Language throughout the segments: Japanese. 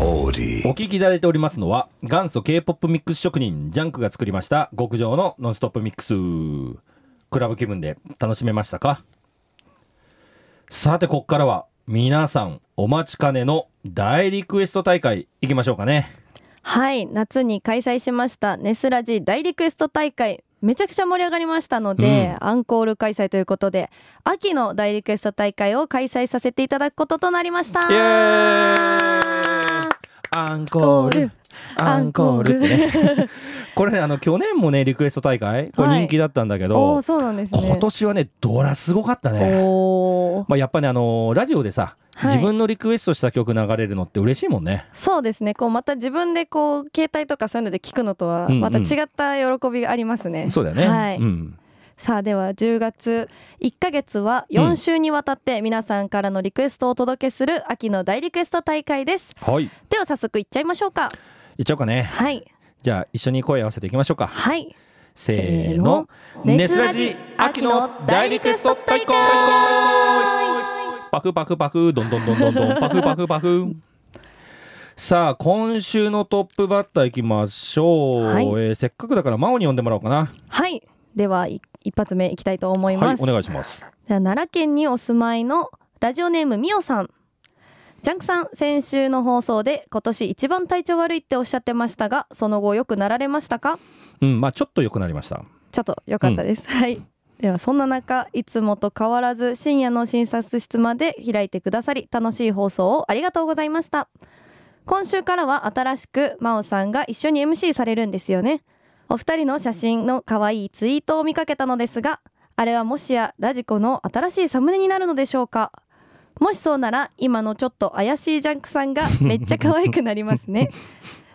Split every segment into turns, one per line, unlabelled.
オーディ
お聞きいただいておりますのは元祖 K-POP ミックス職人ジャンクが作りました極上のノンストップミックスクラブ気分で楽しめましたかさてここからは皆さんお待ちかねの大リクエスト大会いきましょうかね
はい夏に開催しましたネスラジ大リクエスト大会めちゃくちゃ盛り上がりましたので、アンコール開催ということで秋の大リクエスト大会を開催させていただくこととなりました
イエーイアンコールアンコールってね これねあの去年もねリクエスト大会これ
はい
人気だったんだけど、
おーそうなんですね
今年はねドラすごかったね
おー
まあ、やっぱねあのーラジオでさ、
はい
自分のリクエストした曲流れるのって嬉しいもんね
そうですねこうまた自分でこう携帯とかそういうので聞くのとは
うんうん
また違った喜びがありますね、
そうだよね、
はい
うん、
さあでは10月1ヶ月は4週にわたって皆さんからのリクエストをお届けする秋の大リクエスト大会です
はい
では早速いっちゃいましょうか
いっちゃおうかね
はい
じゃあ一緒に声合わせていきましょうか
はい
せーの
ネスラジ秋の大リクエスト大会
パクパクパクどんどんどんどんどんパクパクパクさあ今週のトップバッターいきましょう、
はい
えーせっかくだから真央に呼んでもらおうかな
はいではい一発目いきたいと思い
は
ま
い
す、
お願いします
では奈良県にお住まいのラジオネームみおさんジャンクさん先週の放送で今年一番体調悪いっておっしゃってましたがその後よくなられましたか
うんまあちょっと良くなりました
ちょっと良かったです、はいではそんな中いつもと変わらず深夜の診察室まで開いてくださり楽しい放送をありがとうございました今週からは新しく真央さんが一緒に MC されるんですよねお二人の写真の可愛いツイートを見かけたのですがあれはもしやラジコの新しいサムネになるのでしょうかもしそうなら今のちょっと怪しいジャンクさんがめっちゃ可愛くなりますね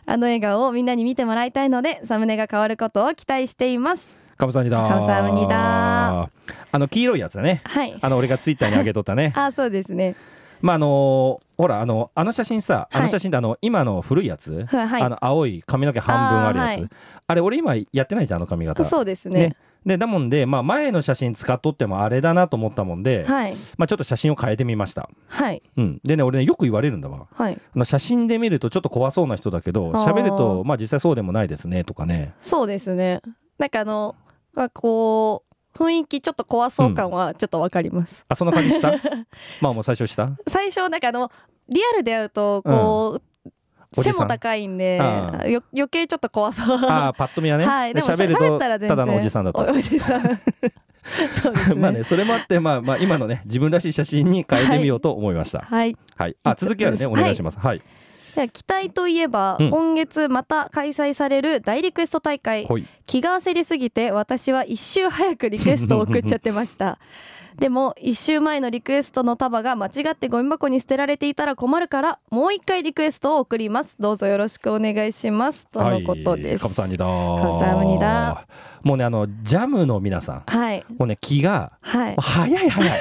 あの笑顔をみんなに見てもらいたいのでサムネが変わることを期待しています
カムサハニダー
カムサハニダ
あの黄色いやつだね
はい
あの俺がツイッターに上げとったね
あそうですね
まああのーほらあのあの写真さあの
はい
写真であの、今の古いやつ、
はいはい
あの青い髪の毛半分あるやつあ,、
あーはい
れ俺今やってないじゃんあの髪型
そうですね
でだもんで、まあ、前の写真使っとってもあれだなと思ったもんで、
はい
まあ、ちょっと写真を変えてみました、
はい
うん、でね俺ねよく言われるんだわ
はい
あの写真で見るとちょっと怖そうな人だけど
あー
喋るとまあ実際そうでもないですねとかね
そうですねなんかあのがこう雰囲気ちょっと怖そう感はちょっとわかります、
あそんな感じした まあもう最初した
最初なんかあのリアルで会うとこう、
おじ
背
さ
も
ん
高いんで
ああ
よ余計ちょっと怖そう
ああパッと見はね、
はい
で
でも喋
喋ると
ったら全然
ただのおじさんだと
おおじ さんそうですね
まあねそれもあって、まあ、まあ今のね自分らしい写真に変えてみようと思いました。はい、
はい
あ続きあるねお願いします。はい。
では期待といえば、
うん
今月また開催される大リクエスト大会
はい。
気が焦りすぎて私は一周早くリクエストを送っちゃってました でも一周前のリクエストの束が間違ってゴミ箱に捨てられていたら困るからもう一回リクエストを送りますどうぞよろしくお願いしますとのことです
カムサハニダー。
カムサハニダ
もうねあのジャムの皆さん、
はい
もうね気が
はい
もう早い 早い。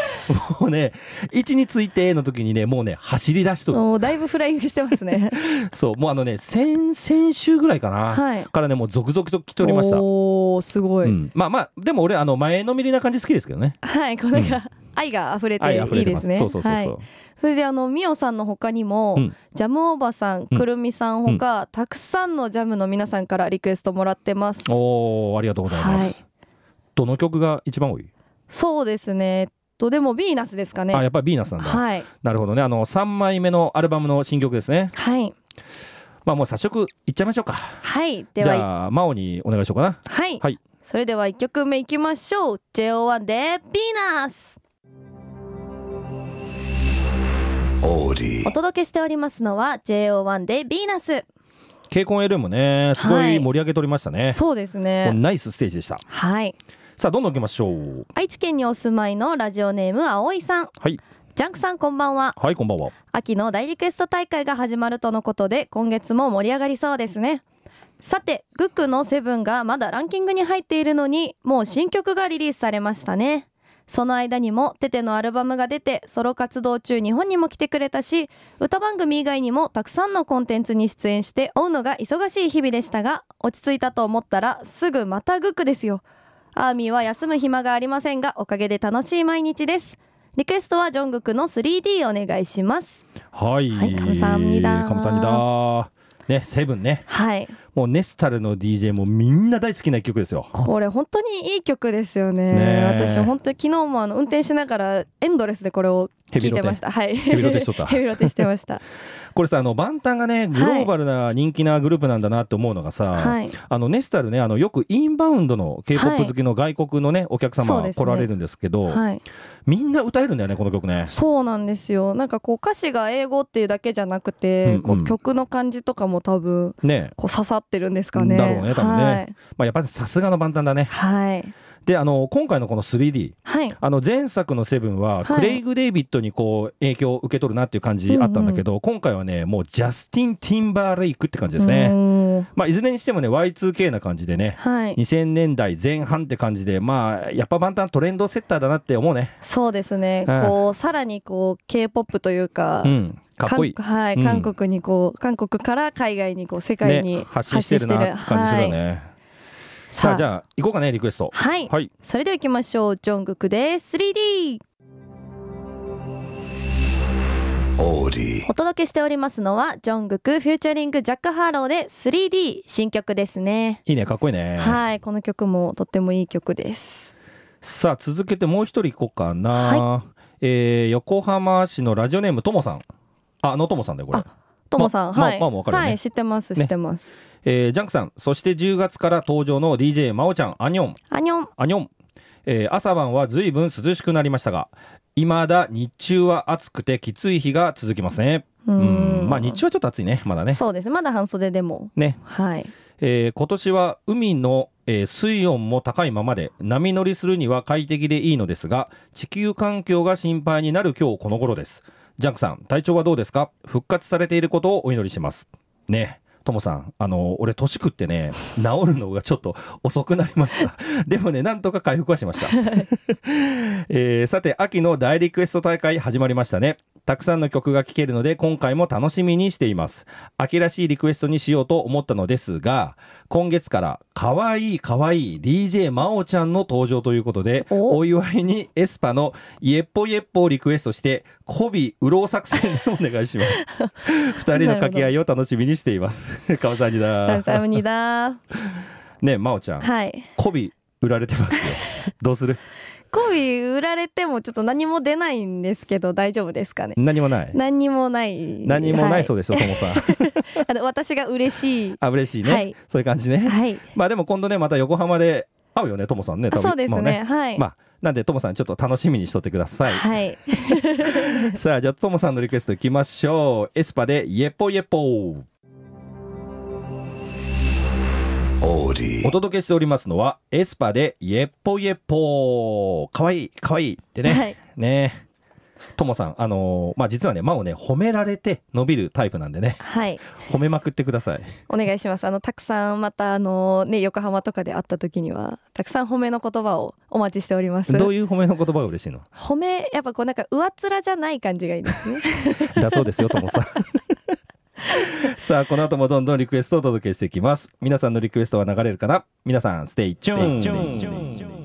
もうね一についての時にねもうね走り出しとる。
もうだいぶフライングしてま すね
そうもうあのね先先週ぐらいかな、
はい
からねもう続々と来ておりました。
おーすご
う
い、
ん、まあまあでも俺あの前のめりな感じ好きですけどね。
はいこうなんか、愛が溢れて
愛溢
い
れて
いで
ます。
すね
そうそうそう
はい
そう。
それであのミオさんの他にも、
うん
ジャムおばさん
うん
くるみさんほか、たくさんのジャムの皆さんからリクエストもらってます
おおありがとうございます。
はい
どの曲が一番多い？
そうですねえっとでもヴィーナスですかね
あやっぱりビーナスなんだ。
はい
なるほどね。あの3枚目のアルバムの新曲ですね。
はい
まあもう早速いっちゃいましょうか。
はいで
じ
は
ゃあ真央にお願いしようかな。
はい、
はい
それでは1曲目いきましょう JO1 で「ヴィーナス」
オーデ
お届けしておりますのは JO1 で「ヴィーナス
K コン LM もねすご
はいい
盛り上げておりました」ね。
そうです
もう
ね
ナイスステージでした。
はい
さあどんどん行きましょう。
愛知県にお住まいのラジオネームあおいさん
はい
ジャンクさんこんばんは
はいこんばんは。
秋の大リクエスト大会が始まるとのことで今月も盛り上がりそうですねさてグクのセブンがまだランキングに入っているのにもう新曲がリリースされましたねその間にもテテのアルバムが出てソロ活動中日本にも来てくれたし歌番組以外にもたくさんのコンテンツに出演して追うのが忙しい日々でしたが落ち着いたと思ったらすぐまたグクですよアーミーは休む暇がありませんがおかげで楽しい毎日ですリクエストはジョングクの 3D お願いします
はい。
はい감사합니다
감사합니다ね、セブンね。
はい
もうネスタルの DJ もみんな大好きな一曲ですよ。
これ本当にいい曲ですよね
ねえ
私本当に昨日もあの運転しながらエンドレスでこれを聞いてましたはいヘ
ビロテしとった
ヘビロテしてました
これさ、あの、バンタンがね、グローバルな人気なグループなんだなって思うのがさ、
はい
あのネスタルね、あのよくインバウンドの K-POP 好きの外国のね、お客
そ
様
うです
来
ね
られるんですけど、
はい
みんな歌えるんだよね、この曲ね。
そうなんですよなんかこう歌詞が英語っていうだけじゃなくて、
うんうん
こう曲の感じとかも多分
ね
こう刺さってるんですかね
だろうね多分ねまあ、やっぱりさすがの万端だね。
はいはい
で、あの、今回のこの 3D、
はい
あの前作の「セブンは
はい
クレイグ・デイビッドにこう影響を受け取るなっていう感じあったんだけど、今回はねもうジャスティン・ティンバーレイクって感じです
う
ね。
ん
まあ、いずれにしてもね Y2K な感じでね
はい
2000年代前半って感じでまあやっぱ万端トレンドセッターだなって思うね。
そうですね、
うん
こうさらにこう K-POP というか、
うん、かっこいい
韓国はい、
うん
韓国にこう韓国から海外にこう世界に
ね、発信してるなって感じするよね。さあじゃあ行こうかねリクエスト。
はい、はい
はい、
それでは行きましょうジョングクで 3D
Audi,
お届けしておりますのはジョングクフューチャリングジャック・ハーローで 3D 新曲ですね
いいねかっこいいね。
はいこの曲もとってもいい曲です
さあ続けてもう一人行こうかな、
は
えー横浜市のラジオネームともさんあのともさんだよこれ
あ、ともさん、
ま
はい、
まあまあわかるよね
はい知ってます
ね
知ってます、
えージャンクさんそして10月から登場の DJ まおちゃんアニョン
アニョン
アニョン、えー朝晩は随分涼しくなりましたがいまだ日中は暑くてきつい日が続きますね
う
うんまあ日中はちょっと暑いねまだね
そうですねまだ半袖でも
ね、
はい
えー今年は海の、えー水温も高いままで波乗りするには快適でいいのですが地球環境が心配になる今日この頃ですジャンクさん体調はどうですか復活されていることをお祈りしますねともさんあの俺年食ってね治るのがちょっと遅くなりました でもねなんとか回復はしましたえーさて秋の大リクエスト大会始まりましたねたくさんの曲が聴けるので今回も楽しみにしています秋らしいリクエストにしようと思ったのですが今月からかわいいかわいい DJ まおちゃんの登場ということで
お
お祝いにエスパの「イエッポイエッポ」をリクエストして媚びうろう作戦でお願いします 二人の掛け合いを楽しみにしていますかわさにだ
감사합니다
ねえまおちゃん
はい
媚び売られてますよどうする
コビ売られてもちょっと何も出ないんですけど大丈夫ですかね
何もない
何にもない
何もないそう
で
ですよともさん
す、はいあの私が嬉しい
あ嬉しいね、
はい
そういう感じね、
はい
まあでも今度ねまた横浜で会うよねともさんね
あ
多分
そうですね,、
まあ
はい、
まあなんでともさんちょっと楽しみにしとってください
はい
さあじゃあともさんのリクエストいきましょうエスパでイエッポイエッポ
Audi,
お届けしておりますのはエスパでイエッポイエッポかわいいかわいいってね、
はい
ねともさんあのーまあ実はねまをね褒められて伸びるタイプなんでね
はい
褒めまくってください
お願いしますあのたくさんまたあのね横浜とかで会った時にはたくさん褒めの言葉をお待ちしております
どういう褒めの言葉が嬉しいの
褒めやっぱこうなんか上っ面じゃない感じがいいですね
だそうですよ、ともさん。さあ、この後もどんどんリクエストをお届けしていきます。皆さんのリクエストは流れるかな皆さん、ステイチューン。